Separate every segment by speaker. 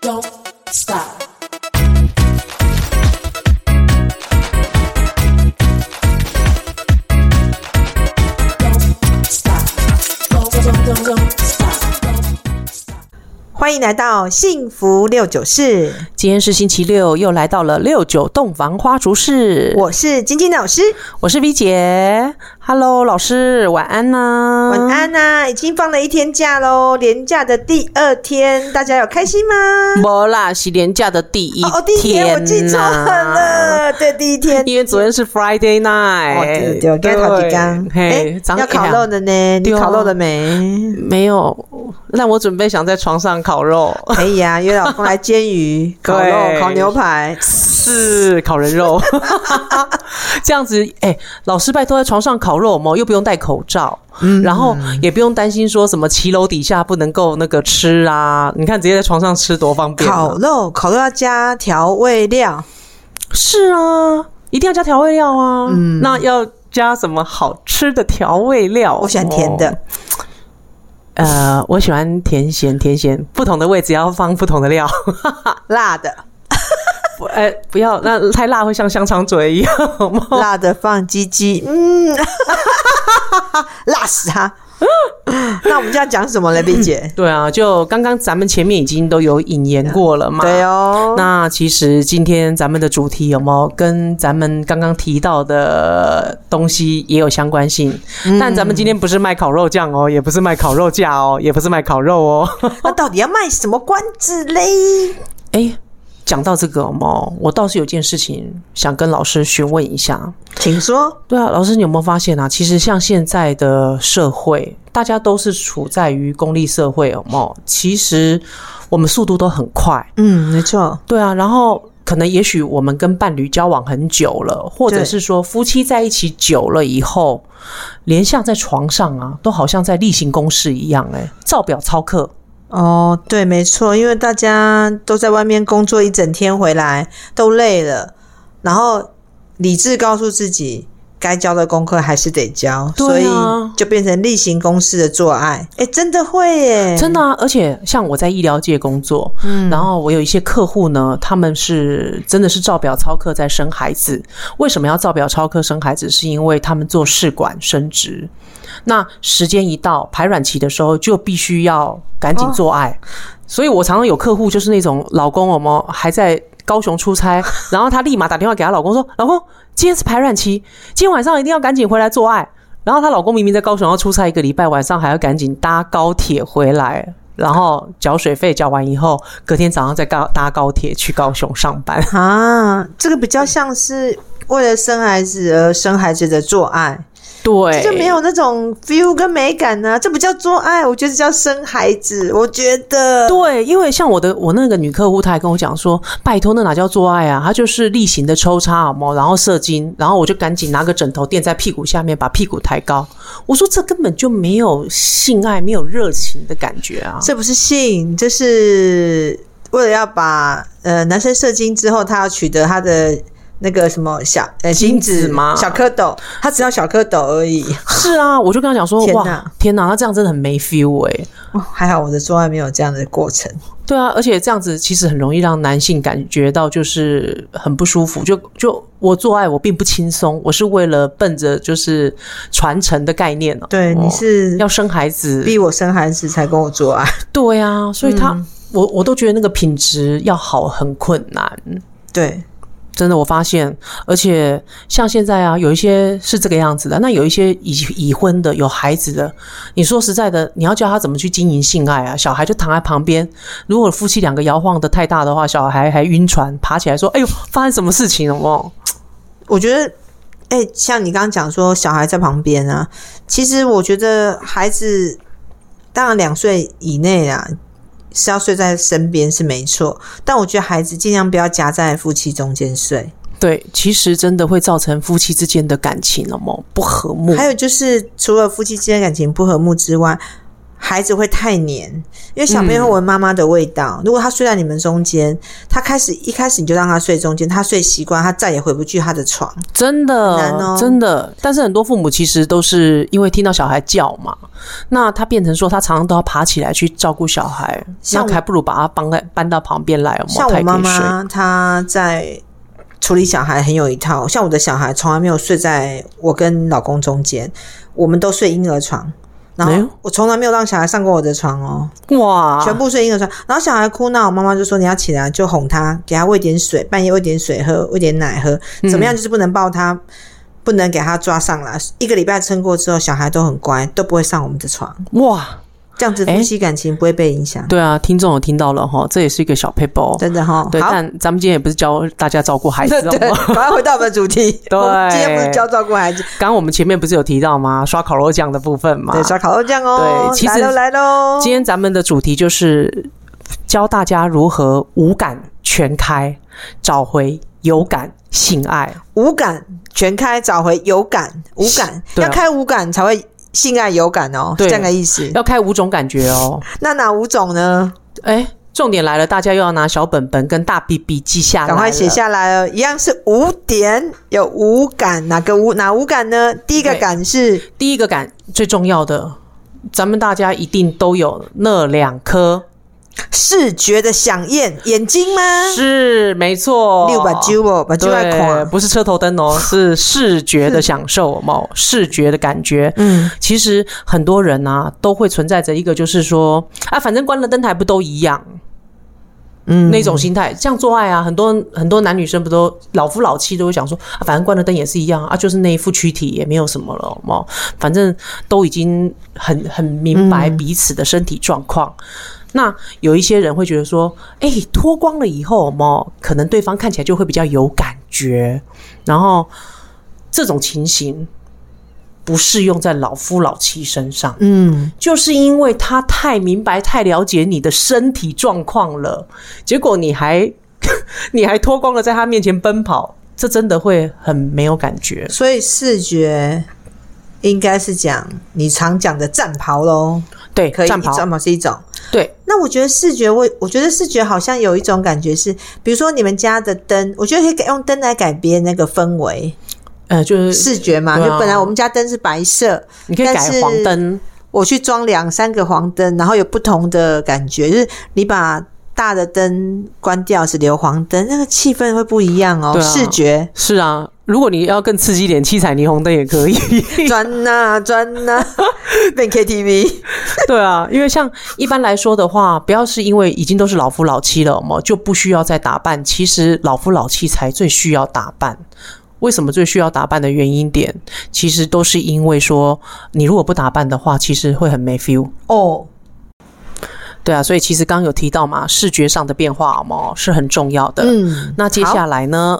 Speaker 1: don't stop. Don't stop. Don't, don't, don't, don't stop. Don't stop.
Speaker 2: 欢迎来到幸福六九室，
Speaker 3: 今天是星期六，又来到了六九洞房花烛式。
Speaker 2: 我是晶晶老师。
Speaker 3: 我是 V 姐，Hello 老师，晚安呐、
Speaker 2: 晚。安呐、已经放了一天假喽，连假的第二天，大家有开心吗？
Speaker 3: 没啦，是连假的第一天、
Speaker 2: 哦
Speaker 3: 呐。
Speaker 2: 哦，第一天我记错了，对，第一天。
Speaker 3: 因为昨天是 Friday
Speaker 2: 哦，
Speaker 3: night，
Speaker 2: 对对，该考几缸？
Speaker 3: 哎嘿
Speaker 2: 哎，，
Speaker 3: 昨
Speaker 2: 要
Speaker 3: 天
Speaker 2: 烤肉的呢，你
Speaker 3: 对啊
Speaker 2: 烤肉了没？
Speaker 3: 没有？那我准备想在床上烤 肉，
Speaker 2: 可以啊，约老公来煎鱼、烤肉、
Speaker 3: 对
Speaker 2: 烤牛排。
Speaker 3: 是烤人肉， 这样子。哎、老师拜托，在床上烤肉嘛，又不用戴口罩，
Speaker 2: 嗯
Speaker 3: 嗯然后也不用担心说什么骑楼底下不能够那个吃啊。你看，直接在床上吃多方便、啊。
Speaker 2: 烤肉，烤肉要加调味料，
Speaker 3: 是啊，一定要加调味料啊。嗯，那要加什么好吃的调味料？
Speaker 2: 我喜欢甜的
Speaker 3: 哦。呃，我喜欢甜咸，甜咸不同的位置要放不同的料，
Speaker 2: 辣的，
Speaker 3: 不呃，不要那太辣会像香肠嘴一样。
Speaker 2: 辣的放鸡鸡，嗯， 辣死他。那我们就要讲什么嘞，丽姐？
Speaker 3: 对啊，就刚刚咱们前面已经都有引言过了嘛。
Speaker 2: 对哦，
Speaker 3: 那其实今天咱们的主题有没有跟咱们刚刚提到的东西也有相关性？但咱们今天不是卖烤肉酱哦，也不是卖烤肉架哦，也不是卖烤肉 哦。
Speaker 2: 那到底要卖什么关子嘞？
Speaker 3: 哎，讲到这个有没有我倒是有件事情想跟老师询问一下。
Speaker 2: 请说。
Speaker 3: 对啊，老师，你有没有发现啊？其实像现在的社会，大家都是处在于功利社会，有没有？其实我们速度都很快，
Speaker 2: 嗯，没错，
Speaker 3: 对啊，然后可能也许我们跟伴侣交往很久了，或者
Speaker 2: 对
Speaker 3: 是说夫妻在一起久了以后，连像在床上啊，都好像在例行公事一样、欸，照表操课。
Speaker 2: 哦，对，没错，因为大家都在外面工作一整天，回来都累了，然后理智告诉自己。该交的功课还是得交，所
Speaker 3: 对
Speaker 2: 以
Speaker 3: 啊
Speaker 2: 就变成例行公事的做爱。哎、真的会耶！
Speaker 3: 真的啊，而且像我在医疗界工作，嗯，然后我有一些客户呢，他们是真的是照表操课在生孩子。为什么要照表操课生孩子？是因为他们做试管生殖，那时间一到排卵期的时候，就必须要赶紧做爱。所以我常常有客户就是那种老公我们还在高雄出差，然后她立马打电话给她老公说：“老公，今天是排卵期，今天晚上一定要赶紧回来做爱。”然后她老公明明在高雄要出差一个礼拜，晚上还要赶紧搭高铁回来，然后缴水费缴完以后，隔天早上再高搭高铁去高雄上班。
Speaker 2: 啊，这个比较像是为了生孩子而生孩子的做爱，
Speaker 3: 对
Speaker 2: 就没有那种 feel 跟美感呢、这不叫做爱，我觉得这叫生孩子。我觉得
Speaker 3: 对，因为像我的我那个女客户，她还跟我讲说，拜托，那哪叫做爱啊？她就是例行的抽插好吗？然后射精，然后我就赶紧拿个枕头垫在屁股下面，把屁股抬高。我说这根本就没有性爱，没有热情的感觉啊！
Speaker 2: 这不是性，这是为了要把呃男生射精之后，他要取得他的。那个什么小呃精
Speaker 3: 精
Speaker 2: 子
Speaker 3: 子吗
Speaker 2: 小蝌蚪，他只要小蝌蚪而已。
Speaker 3: 是啊，我就跟她讲说，
Speaker 2: 天哪
Speaker 3: 哇，天哪，那这样真的很没 feel 哎、
Speaker 2: 哦还好我的做爱没有这样的过程。
Speaker 3: 对啊，而且这样子其实很容易让男性感觉到就是很不舒服。就就我做爱我并不轻松，我是为了奔着就是传承的概念哦。
Speaker 2: 对，你
Speaker 3: 哦
Speaker 2: 是
Speaker 3: 要生孩子，
Speaker 2: 逼我生孩子才跟我做爱。
Speaker 3: 对啊，所以他、我我都觉得那个品质要好很困难，
Speaker 2: 对，
Speaker 3: 真的我发现，而且像现在啊，有一些是这个样子的，那有一些已已婚的、有孩子的，你说实在的，你要教他怎么去经营性爱啊？小孩就躺在旁边，如果夫妻两个摇晃的太大的话，小孩还晕船，爬起来说：“哎呦，发生什么事情了？”哦，
Speaker 2: 我觉得，哎、像你刚刚讲说小孩在旁边啊，其实我觉得孩子当然两岁以内啊是要睡在身边是没错，但我觉得孩子尽量不要夹在夫妻中间睡。
Speaker 3: 对，其实真的会造成夫妻之间的感情了么不和睦
Speaker 2: 还。有就是，除了夫妻之间感情不和睦之外，孩子会太黏，因为小朋友会闻妈妈的味道。如果他睡在你们中间，他开始一开始你就让他睡中间，他睡习惯，他再也回不去他的床。
Speaker 3: 真的，
Speaker 2: 难哦
Speaker 3: 真的。但是很多父母其实都是因为听到小孩叫嘛，那他变成说他常常都要爬起来去照顾小孩，
Speaker 2: 像
Speaker 3: 那
Speaker 2: 我
Speaker 3: 还不如把他搬在搬到旁边来，有没有
Speaker 2: 像
Speaker 3: 他
Speaker 2: 我
Speaker 3: 也
Speaker 2: 妈
Speaker 3: 可以睡。
Speaker 2: 妈，她在处理小孩很有一套。像我的小孩从来没有睡在我跟老公中间，我们都睡婴儿床。然
Speaker 3: 没有啊
Speaker 2: 后我从来没有让小孩上过我的床哦，
Speaker 3: 哇，
Speaker 2: 全部睡婴儿床。然后小孩哭闹，妈妈就说你要起来，就哄他，给他喂点水，半夜喂点水喝，喂点奶喝，
Speaker 3: 嗯
Speaker 2: 怎么样就是不能抱他，不能给他抓上来。一个礼拜撑过之后，小孩都很乖，都不会上我们的床，
Speaker 3: 哇，
Speaker 2: 这样子夫
Speaker 3: 哎
Speaker 2: 妻感情不会被影响，
Speaker 3: 对啊，听众有听到了哈，这也是一个小 paper。
Speaker 2: 真的哈、
Speaker 3: 对，
Speaker 2: 好。
Speaker 3: 但咱们今天也不是教大家照 顾孩
Speaker 2: 对
Speaker 3: 子哦，
Speaker 2: 对，赶快回到我们的主题。
Speaker 3: 对
Speaker 2: 我们今天不是教照顾孩子，
Speaker 3: 刚刚我们前面不是有提到吗？刷烤肉酱的部分嘛，
Speaker 2: 对，刷烤肉酱哦。
Speaker 3: 对其
Speaker 2: 来
Speaker 3: 实
Speaker 2: 喽来喽，
Speaker 3: 今天咱们的主题就是教大家如何五感全开，找回有感性爱。
Speaker 2: 五感全开，找回有感，无感
Speaker 3: 对啊
Speaker 2: 要开五感才会性爱有感哦，是
Speaker 3: 对
Speaker 2: 这样的意思。
Speaker 3: 要开五种感觉 哦。
Speaker 2: 那哪五种呢？
Speaker 3: 哎，重点来了，大家又要拿小本本跟大笔笔记下来，
Speaker 2: 赶快写。下来哦。一样是五点，有五感，哪个五哪五感呢？第一个
Speaker 3: 对
Speaker 2: 感是
Speaker 3: 第一个感最重要的，咱们大家一定都有那两颗，
Speaker 2: 视觉的响应，眼睛吗？
Speaker 3: 是没错，
Speaker 2: 嗯六把揪哦，把揪来
Speaker 3: 对，
Speaker 2: 看。
Speaker 3: 不是车头灯 哦，是视觉的享受，有没有视觉的感觉。
Speaker 2: 嗯，
Speaker 3: 其实很多人啊，都会存在着一个，就是说啊，反正关了灯还不都一样，
Speaker 2: 嗯
Speaker 3: 那种心态，这样做爱啊，很多很多男女生不都老夫老妻都会想说，啊、反正关了灯也是一样啊，就是那一副躯体也没有什么了嘛，反正都已经很很明白彼此的身体状况。那有一些人会觉得说，哎、脱光了以后嘛，可能对方看起来就会比较有感觉，然后这种情形不适用在老夫老妻身上。
Speaker 2: 嗯，
Speaker 3: 就是因为他太明白、太了解你的身体状况了，结果你还 你还脱光了在他面前奔跑，这真的会很没有感觉。
Speaker 2: 所以视觉应该是讲你常讲的战袍喽。
Speaker 3: 对，
Speaker 2: 可以，
Speaker 3: 战袍，
Speaker 2: 战袍是一种。
Speaker 3: 对，
Speaker 2: 那我觉得视觉，我我觉得视觉好像有一种感觉是，比如说你们家的灯，我觉得可以改用灯来改变那个氛围，
Speaker 3: 呃，就是
Speaker 2: 视觉嘛。
Speaker 3: 对啊
Speaker 2: 就本来我们家灯是白色，
Speaker 3: 你可以
Speaker 2: 但
Speaker 3: 改
Speaker 2: 是
Speaker 3: 黄灯，
Speaker 2: 我去装两三个黄灯，然后有不同的感觉，就是你把大的灯关掉，只留黄灯，那个气氛会不一样哦。
Speaker 3: 对啊
Speaker 2: 视觉
Speaker 3: 是啊。如果你要更刺激一点，七彩霓虹灯也可以。
Speaker 2: 转呐转呐，啊变 KTV，
Speaker 3: 对啊，因为像一般来说的话，不要是因为已经都是老夫老妻了嘛，就不需要再打扮。其实老夫老妻才最需要打扮。为什么最需要打扮的原因点，其实都是因为说，你如果不打扮的话，其实会很没 feel。
Speaker 2: 哦，
Speaker 3: 对啊，所以其实刚刚有提到嘛，视觉上的变化嘛是很重要的。
Speaker 2: 嗯，
Speaker 3: 那接下来呢，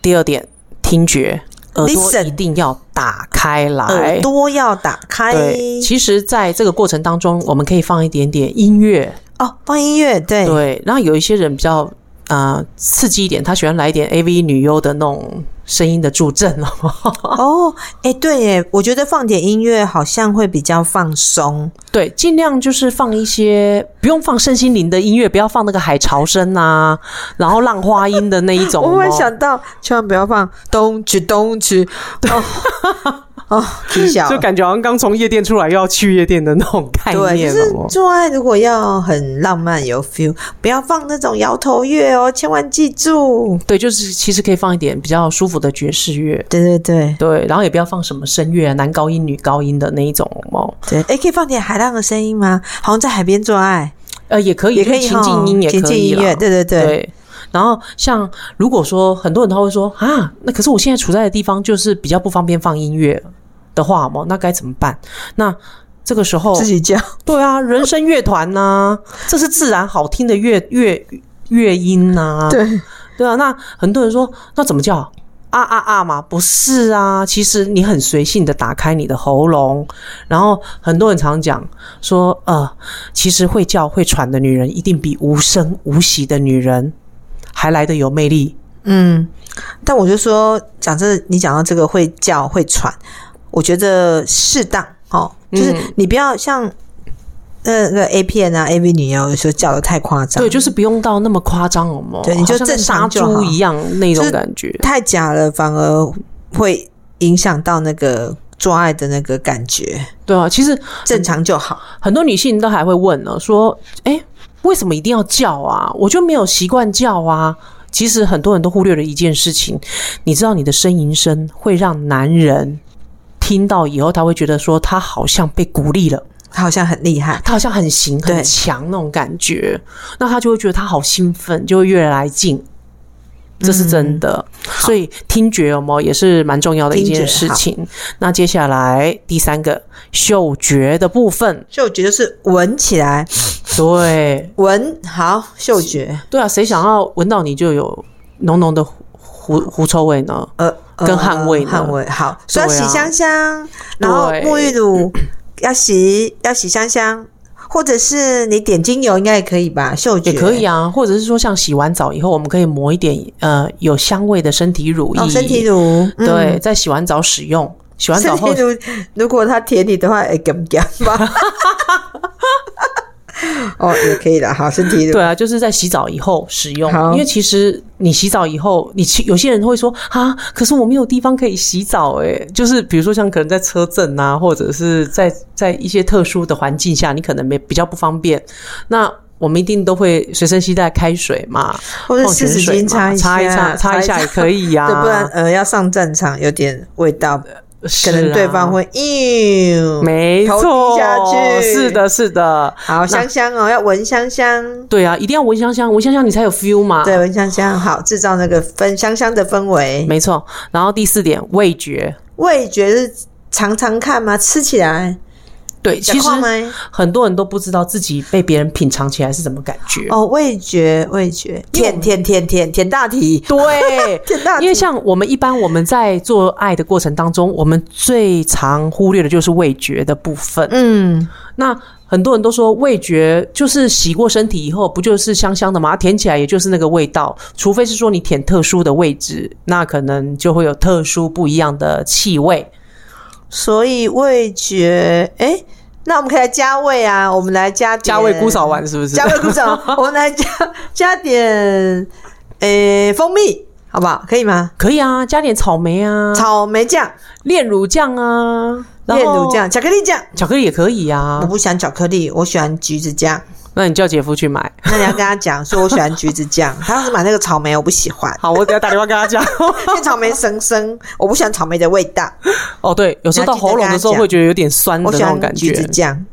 Speaker 3: 第二点，听觉，耳朵
Speaker 2: Listen
Speaker 3: 一定要打开来。
Speaker 2: 耳朵要打开
Speaker 3: 对，其实在这个过程当中，我们可以放一点点音乐，
Speaker 2: 哦，放音乐，对，
Speaker 3: 对，然后有一些人比较呃刺激一点，他喜欢来一点 AV 女优的那种声音的助阵哦。
Speaker 2: 哦，哎、对耶，我觉得放点音乐好像会比较放松。
Speaker 3: 对，尽量就是放一些不用放身心灵的音乐，不要放那个海潮声啊，然后浪花音的那一种。
Speaker 2: 我会
Speaker 3: 哦
Speaker 2: 想到，千万不要放东去东去， 哦，哦，挺小
Speaker 3: 就。感觉好像刚从夜店出来又要去夜店的那种概
Speaker 2: 对，就
Speaker 3: 念
Speaker 2: 是
Speaker 3: 了。
Speaker 2: 做爱如果要很浪漫有 feel，不要放那种摇头乐哦，千万记住。
Speaker 3: 对，就是其实可以放一点比较舒服的爵士乐，
Speaker 2: 对对对
Speaker 3: 对，然后也不要放什么声乐啊，男高音、女高音的那一种哦。
Speaker 2: 对，哎，可以放点海浪的声音吗？好像在海边做爱，
Speaker 3: 呃，也可以，
Speaker 2: 也可以
Speaker 3: 就是
Speaker 2: 哈
Speaker 3: 情境音也可以
Speaker 2: 哦情
Speaker 3: 啦，
Speaker 2: 境音乐，对对对，
Speaker 3: 对。然后像如果说很多人他会说啊，那可是我现在处在的地方就是比较不方便放音乐的话嘛，那该怎么办？那这个时候
Speaker 2: 自，己叫。
Speaker 3: 对啊，人声乐团呐、这是自然好听的乐乐乐音呐、
Speaker 2: 对，
Speaker 3: 对啊。那很多人说，那怎么叫？啊啊啊嘛，不是啊，其实你很随性的打开你的喉咙，然后很多人常讲说，呃，其实会叫会喘的女人一定比无声无息的女人还来的有魅力。
Speaker 2: 嗯，但我就说，讲真的，你讲到这个会叫
Speaker 3: 嗯
Speaker 2: 会喘，我觉得适当哦，就是你不要像那个 A 片啊、AV 女优有时候叫的太夸张，
Speaker 3: 对，就是不用到那么夸张，哦，
Speaker 2: 对你就
Speaker 3: 好像在
Speaker 2: 正
Speaker 3: 杀
Speaker 2: 常就
Speaker 3: 猪
Speaker 2: 好
Speaker 3: 一样那
Speaker 2: 就
Speaker 3: 种
Speaker 2: 是
Speaker 3: 感觉。
Speaker 2: 太假了，反而会影响到那个做爱的那个感觉。
Speaker 3: 对啊，其实
Speaker 2: 正常就好，
Speaker 3: 很多女性都还会问呢，说：“哎，为什么一定要叫啊？我就没有习惯叫啊。”其实很多人都忽略了一件事情，你知道你的呻吟声会让男人听到以后，他会觉得说他好像被鼓励了，
Speaker 2: 他好像很厉害。
Speaker 3: 他好像很行
Speaker 2: 对
Speaker 3: 很强那种感觉，那他就会觉得他好兴奋，就会越来劲。这是真的，所以听觉有没有也是蛮重要的一
Speaker 2: 听
Speaker 3: 件
Speaker 2: 觉
Speaker 3: 事
Speaker 2: 好
Speaker 3: 情。那接下来第三个嗅觉的部分，
Speaker 2: 嗅觉就是闻起来，
Speaker 3: 对，
Speaker 2: 闻好嗅觉，
Speaker 3: 对啊，谁想要闻到你就有浓浓的狐狐狐臭味呢？
Speaker 2: 呃，呃
Speaker 3: 跟汗味呢
Speaker 2: 汗味好，
Speaker 3: 对
Speaker 2: 所
Speaker 3: 啊
Speaker 2: 以要洗香香，然后
Speaker 3: 对
Speaker 2: 沐浴 乳要洗要洗香香，或者是你点精油应该也可以吧，嗅觉
Speaker 3: 也可以啊，或者是说像洗完澡以后，我们可以抹一点呃有香味的身体乳液，
Speaker 2: 哦，身体乳嗯
Speaker 3: 对，在洗完澡使用。洗完澡
Speaker 2: 身
Speaker 3: 后
Speaker 2: 体，乳，如果他舔你的话，哎，干不干 吧？哦，也可以的，好，身体乳
Speaker 3: 对啊，就是在洗澡以后使用，
Speaker 2: 好
Speaker 3: 因为其实你洗澡以后，你其有些人会说啊，可是我没有地方可以洗澡诶、就是比如说像可能在车震啊，或者是在在一些特殊的环境下，你可能没比较不方便。那我们一定都会随身携带开水嘛，
Speaker 2: 或者
Speaker 3: 矿泉
Speaker 2: 湿纸
Speaker 3: 水
Speaker 2: 巾擦
Speaker 3: 嘛
Speaker 2: 一
Speaker 3: 擦一
Speaker 2: 下，
Speaker 3: 擦一下也可以啊呀、
Speaker 2: 对，不然 呃要上战场有点味道，
Speaker 3: 是
Speaker 2: 可
Speaker 3: 啊
Speaker 2: 能对方会哟，
Speaker 3: 没
Speaker 2: 头
Speaker 3: 错
Speaker 2: 低下去，
Speaker 3: 是。的，是的，
Speaker 2: 好香香哦，要闻香香，
Speaker 3: 对啊，一定要闻香香，闻香香你才有 feel 嘛。
Speaker 2: 对，闻香香，好制造那个氛香香的氛围。
Speaker 3: 没错。然后第四点，味觉。
Speaker 2: 味觉是尝尝看吗？吃起来，
Speaker 3: 对，其
Speaker 2: 讲
Speaker 3: 实
Speaker 2: 话吗？
Speaker 3: 很多人都不知道自己被别人品尝起来是什么感觉。
Speaker 2: 哦，味觉，味觉，
Speaker 3: 因
Speaker 2: 舔
Speaker 3: 为我们
Speaker 2: 舔舔舔舔大题，
Speaker 3: 对，
Speaker 2: 舔大
Speaker 3: 因
Speaker 2: 题
Speaker 3: 为，像我们一般我们在做爱的过程当中，我们最常忽略的就是味觉的部分。
Speaker 2: 嗯，
Speaker 3: 那很多人都说味觉就是洗过身体以后，不就是香香的吗？舔起来也就是那个味道，除非是说你舔特殊的位置，那可能就会有特殊不一样的气味。
Speaker 2: 所以味觉，哎，那我们可以来加味啊，我们来加
Speaker 3: 加味姑嫂丸是不是？
Speaker 2: 加味鼓掌， 我们来加加点，诶，蜂蜜，好不好？可以吗？
Speaker 3: 可以啊，加点草莓啊，
Speaker 2: 草莓酱、
Speaker 3: 炼乳酱啊，然后
Speaker 2: 炼乳、酱、巧克力酱。
Speaker 3: 巧克力也可以
Speaker 2: 我
Speaker 3: 啊。
Speaker 2: 不喜欢巧克力，我喜欢橘子酱。
Speaker 3: 那你叫姐夫去买。
Speaker 2: 那你要跟他讲，说我喜欢橘子酱。他要是买那个草莓，我不喜 欢，
Speaker 3: 好，我等一下打电话跟他讲。
Speaker 2: 因为草莓生生，我不喜欢草莓的味道。
Speaker 3: 哦，对，有时候到喉咙的时候会觉得有点酸的
Speaker 2: 我喜
Speaker 3: 那种
Speaker 2: 欢
Speaker 3: 感
Speaker 2: 橘子
Speaker 3: 觉。
Speaker 2: 酱。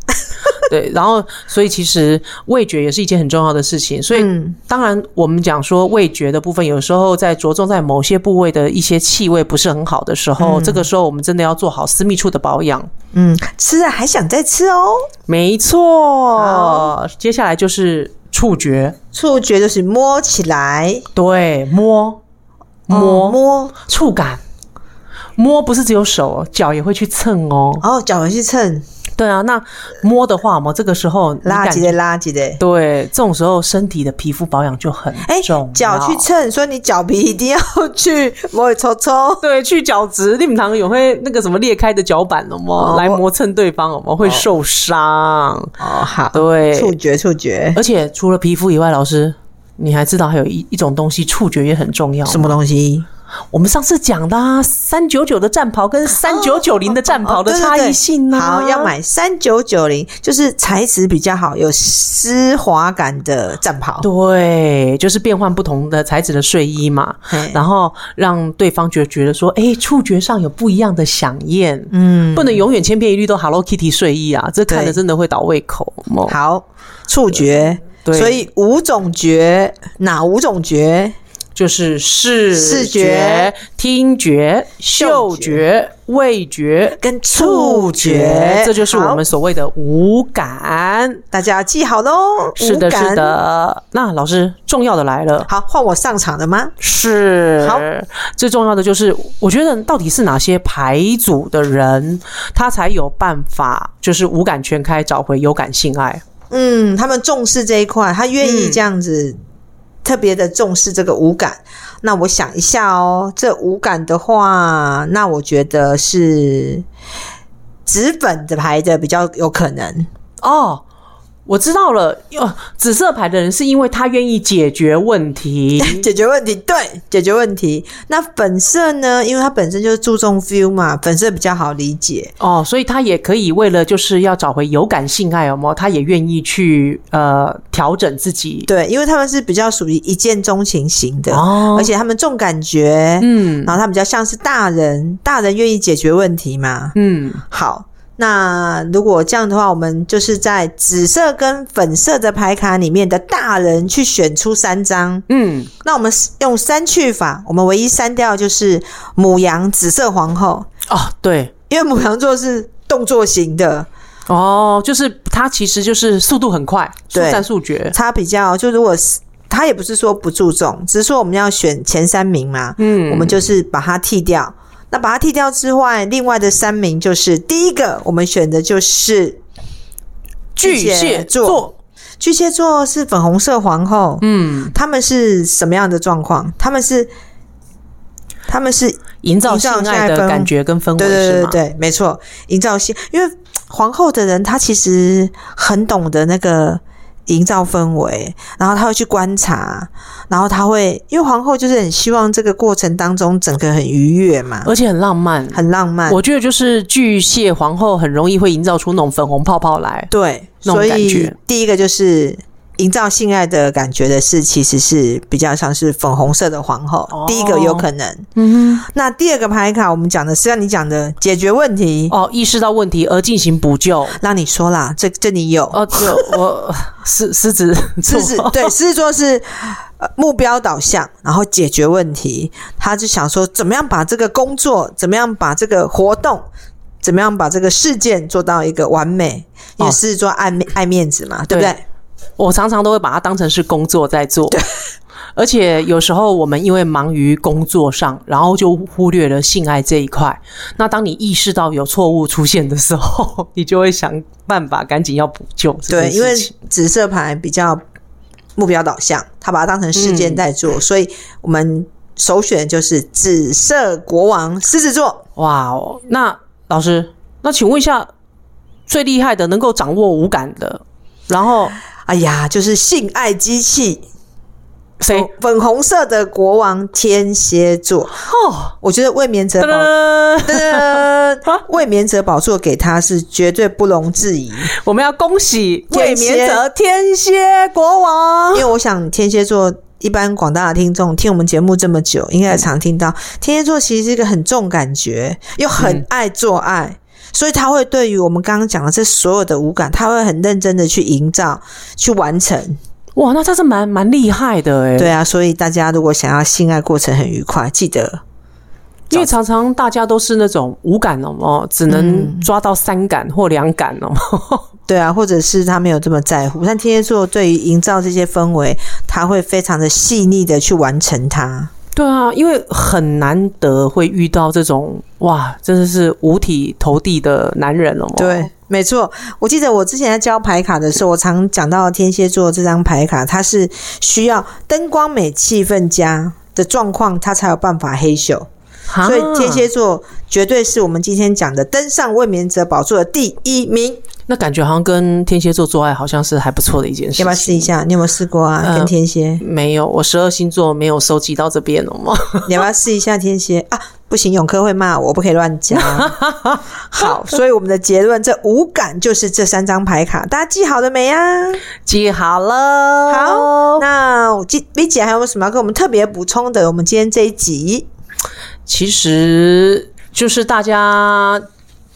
Speaker 3: 对，然后所以其实味觉也是一件很重要的事情。所以
Speaker 2: 嗯
Speaker 3: 当然，我们讲说味觉的部分，有时候在着重在某些部位的一些气味不是很好的时候，这个时候我们真的要做好私密处的保养。
Speaker 2: 嗯，吃了还想再吃哦。
Speaker 3: 没错
Speaker 2: 好，
Speaker 3: 接下来就是触觉，
Speaker 2: 触觉就是摸起来，
Speaker 3: 对，摸摸、
Speaker 2: 哦摸，
Speaker 3: 触感。摸不是只有手哦，脚也会去蹭哦。
Speaker 2: 然后脚回去蹭，
Speaker 3: 对啊，那摸的话嘛，这个时候你
Speaker 2: 拉
Speaker 3: 感
Speaker 2: 几
Speaker 3: 觉
Speaker 2: 的拉几的。
Speaker 3: 对，这种时候身体的皮肤保养就很
Speaker 2: 哎
Speaker 3: 重要。，
Speaker 2: 脚去蹭，说你脚皮一定要去摸抽抽。
Speaker 3: 对，去角质，你们堂有会那个什么裂开的脚板了吗？
Speaker 2: 哦
Speaker 3: 来磨蹭对方，我们会受伤。
Speaker 2: 哦，好，
Speaker 3: 对，
Speaker 2: 触觉，触觉，
Speaker 3: 而且除了皮肤以外，老师，你还知道还有一一种东西，触觉也很重要。
Speaker 2: 什么？东西？
Speaker 3: 我们上次讲的啊，三九九的战袍跟三九九零的战袍的
Speaker 2: 哦对对
Speaker 3: 差
Speaker 2: 对
Speaker 3: 异性啊呢、
Speaker 2: 好，要。买三九九零，就是材质比较好、有丝滑感的战袍。
Speaker 3: 对，就是变换不同的材质的睡衣嘛。
Speaker 2: 嘿
Speaker 3: 然后让对方觉觉得说，哎、触觉上有不一样的响应，嗯，不能永远千篇一律都 Hello Kitty 睡衣啊，这看着
Speaker 2: 对
Speaker 3: 真的会倒胃口。哦
Speaker 2: 好，触觉。
Speaker 3: 对
Speaker 2: 所以五种觉，哪五种觉？
Speaker 3: 就是视
Speaker 2: 视
Speaker 3: 觉
Speaker 2: 觉、
Speaker 3: 听觉、嗅
Speaker 2: 嗅
Speaker 3: 觉、味觉。
Speaker 2: 跟
Speaker 3: 触
Speaker 2: 触
Speaker 3: 觉
Speaker 2: 觉，，
Speaker 3: 这就是我们
Speaker 2: 好
Speaker 3: 所谓的五感。
Speaker 2: 大家记好喽。
Speaker 3: 是的，
Speaker 2: 五感
Speaker 3: 是。的。那老师，重要的来了，
Speaker 2: 好，换我上场了吗？
Speaker 3: 是
Speaker 2: 好，
Speaker 3: 最重要的就是，我觉得到底是哪些牌组的人，他才有办法，就是五感全开，找回有感性爱。
Speaker 2: 嗯，他们重视这一块，他愿
Speaker 3: 嗯
Speaker 2: 意这样子特别的重视这个五感。那我想一下哦，这五感的话，那我觉得是纸粉的牌的比较有可能。
Speaker 3: 哦，我知道了，哟，紫色牌的人是因为他愿意解决 问题。
Speaker 2: 解决问题，对，解决问题。那粉色呢？因为它本身就是注重 feel 嘛，粉色比较好理解。
Speaker 3: 哦，所以他也可以为了就是要找回有感性爱，有没有？他也愿意去呃调整自己。
Speaker 2: 对，因为他们是比较属于一见钟情型的，
Speaker 3: 哦
Speaker 2: 而且他们重感觉，
Speaker 3: 嗯
Speaker 2: 然后他比较像是大人，大人愿意解决问题嘛。
Speaker 3: 嗯，
Speaker 2: 好，那如果这样的话，我们就是在紫色跟粉色的牌卡里面的大人去选出三张。
Speaker 3: 嗯，
Speaker 2: 那我们用删去法，我们唯一删掉就是母羊紫色皇后，
Speaker 3: 哦，对，
Speaker 2: 因为母羊座是动作型的，
Speaker 3: 哦，就是他其实就是速度很快，速
Speaker 2: 对
Speaker 3: 战速决。
Speaker 2: 它比较就如果是它也不是说不注重，只是说我们要选前三名嘛，
Speaker 3: 嗯
Speaker 2: 我们就是把它剔掉。那把它剔掉之外，另外的三名就是第一个，我们选的就是
Speaker 3: 巨蟹座，
Speaker 2: 巨蟹座是粉红色皇后，
Speaker 3: 嗯，
Speaker 2: 他们是什么样的状况？他们是他们是
Speaker 3: 营造性爱的感觉跟氛围
Speaker 2: 对对
Speaker 3: 是
Speaker 2: 对
Speaker 3: 吗？
Speaker 2: 对，对没错，营造性，因为皇后的人她其实很懂得那个营造氛围，然后她会去观察，然后她会，因为皇后就是很希望这个过程当中整个很愉悦嘛，
Speaker 3: 而且很浪漫。
Speaker 2: 很浪漫，
Speaker 3: 呃我觉得就是巨蟹皇后很容易会营造出那种粉红泡泡来。
Speaker 2: 对，
Speaker 3: 那种
Speaker 2: 所
Speaker 3: 感
Speaker 2: 以
Speaker 3: 觉
Speaker 2: 第一个就是。营造性爱的感觉的是，其实是比较像是粉红色的皇后。
Speaker 3: 哦
Speaker 2: 第一个有可能，
Speaker 3: 嗯
Speaker 2: 那第二个牌卡我们讲的是让你讲的解决问题，
Speaker 3: 哦，意识到问题而进行补救。
Speaker 2: 让你说啦，这这你有，
Speaker 3: 哦，这我 狮狮子座
Speaker 2: 狮子对狮子座是、呃、目标导向，然后解决问题。他就想说，怎么样把这个工作，怎么样把这个活动，怎么样把这个事件做到一个完美。因为
Speaker 3: 哦
Speaker 2: 狮子座爱面爱面子嘛，对
Speaker 3: 对
Speaker 2: 不对？
Speaker 3: 我常常都会把它当成是工作在做。而且有时候我们因为忙于工作上，然后就忽略了性爱这一块。那当你意识到有错误出现的时候， 你就会想办法赶紧要补救这
Speaker 2: 对，
Speaker 3: 件事情。
Speaker 2: 因为紫色牌比较目标导向，他把它当成
Speaker 3: 嗯
Speaker 2: 事件在做，所以我们首选就是紫色国王狮子座。
Speaker 3: 哇哦，那老师，那请问一下，最厉害的能够掌握五感的，然后
Speaker 2: 哎呀，就是性爱机器，
Speaker 3: 谁？
Speaker 2: 粉红色的国王天蝎座，
Speaker 3: 哦，
Speaker 2: 我觉得未免者
Speaker 3: 噔
Speaker 2: 保
Speaker 3: 噔，啊
Speaker 2: 噔，卫冕者宝座给他是绝对不容置疑，
Speaker 3: 我们要恭喜
Speaker 2: 天
Speaker 3: 卫
Speaker 2: 蝎
Speaker 3: 冕者天蝎国
Speaker 2: 因
Speaker 3: 王。
Speaker 2: 为我想天蝎座一般广大的听众听我们节目这么久，应该也常听到天蝎座其实是一个很重感觉，又
Speaker 3: 嗯
Speaker 2: 很爱做爱。所以他会对于我们刚刚讲的这所有的五感，他会很认真的去营造、去完成。
Speaker 3: 哇，那他是蛮蛮厉害的哎。
Speaker 2: 对啊，所以大家如果想要性爱过程很愉快，记得
Speaker 3: 因为常常大家都是那种无感哦，哦，只能
Speaker 2: 嗯
Speaker 3: 抓到三感或两感哦。
Speaker 2: 对啊，或者是他没有这么在乎，但天蝎座对于营造这些氛围，他会非常的细腻的去完成它。
Speaker 3: 对啊，因为很难得会遇到这种哇，真的是五体投地的男人哦。
Speaker 2: 对，没错。我记得我之前在教牌卡的时候，我常讲到天蝎座这张牌卡，它是需要灯光美、气氛佳的状况，它才有办法黑秀。
Speaker 3: 哈，
Speaker 2: 所以天蝎座绝对是我们今天讲的登上卫冕者宝座的第一名。
Speaker 3: 那感觉好像跟天蝎座做爱好像是还不错的一件事情。
Speaker 2: 要不要试一下？你有没有试过啊？
Speaker 3: 呃
Speaker 2: 跟天蝎，
Speaker 3: 没有，我十二星座没有收集到这边哦嘛。
Speaker 2: 你要不要试一下天蝎啊？不行，永科会骂我，不可以乱 加。好，所以我们的结论，这五感就是这三张牌卡，大家记好了没啊？
Speaker 3: 记好了，
Speaker 2: 好，那我记 V 姐还有没有什么要跟我们特别补充的？我们今天这一集，
Speaker 3: 其实就是大家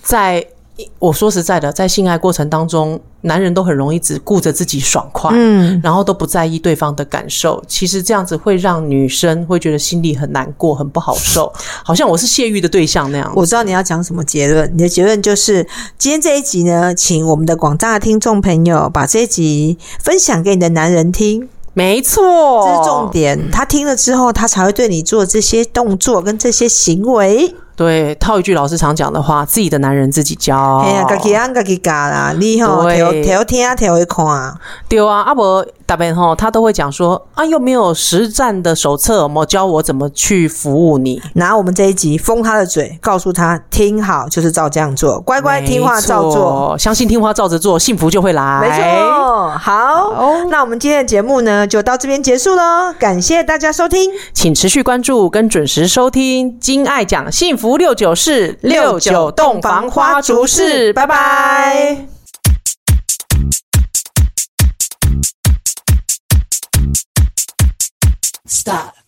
Speaker 3: 在。我说实在的，在性爱过程当中，男人都很容易只顾着自己爽快，
Speaker 2: 嗯，
Speaker 3: 然后都不在意对方的感受。其实这样子会让女生会觉得心里很难过，很不好受，好像我是泄欲的对象那样。
Speaker 2: 我知道你要讲什么结论，你的结论就是今天这一集呢，请我们的广大的听众朋友把这一集分享给你的男人听，
Speaker 3: 没错，
Speaker 2: 哦这是重点，他听了之后，他才会对你做这些动作跟这些行为。
Speaker 3: 对，套一句老师常讲的话，自己的男人自己教。
Speaker 2: 哎呀，家己按家己教啦，你吼
Speaker 3: 哦嗯对
Speaker 2: 调调听啊，调一看啊，
Speaker 3: 对啊，阿伯大伯吼，他都会讲说啊，又没有实战的手册，有没有教我怎么去服务你？
Speaker 2: 拿我们这一集封他的嘴，告诉他听好就是照这样做，乖乖听话照做，
Speaker 3: 没错，相哎信听话照着做，幸福就会来。
Speaker 2: 没错。好，那我们今天的节目呢就到这边结束喽，感谢大家收听。
Speaker 3: 请持续关注跟准时收听《金爱讲幸福六九室六九洞房花烛事》，拜拜。
Speaker 1: Stop.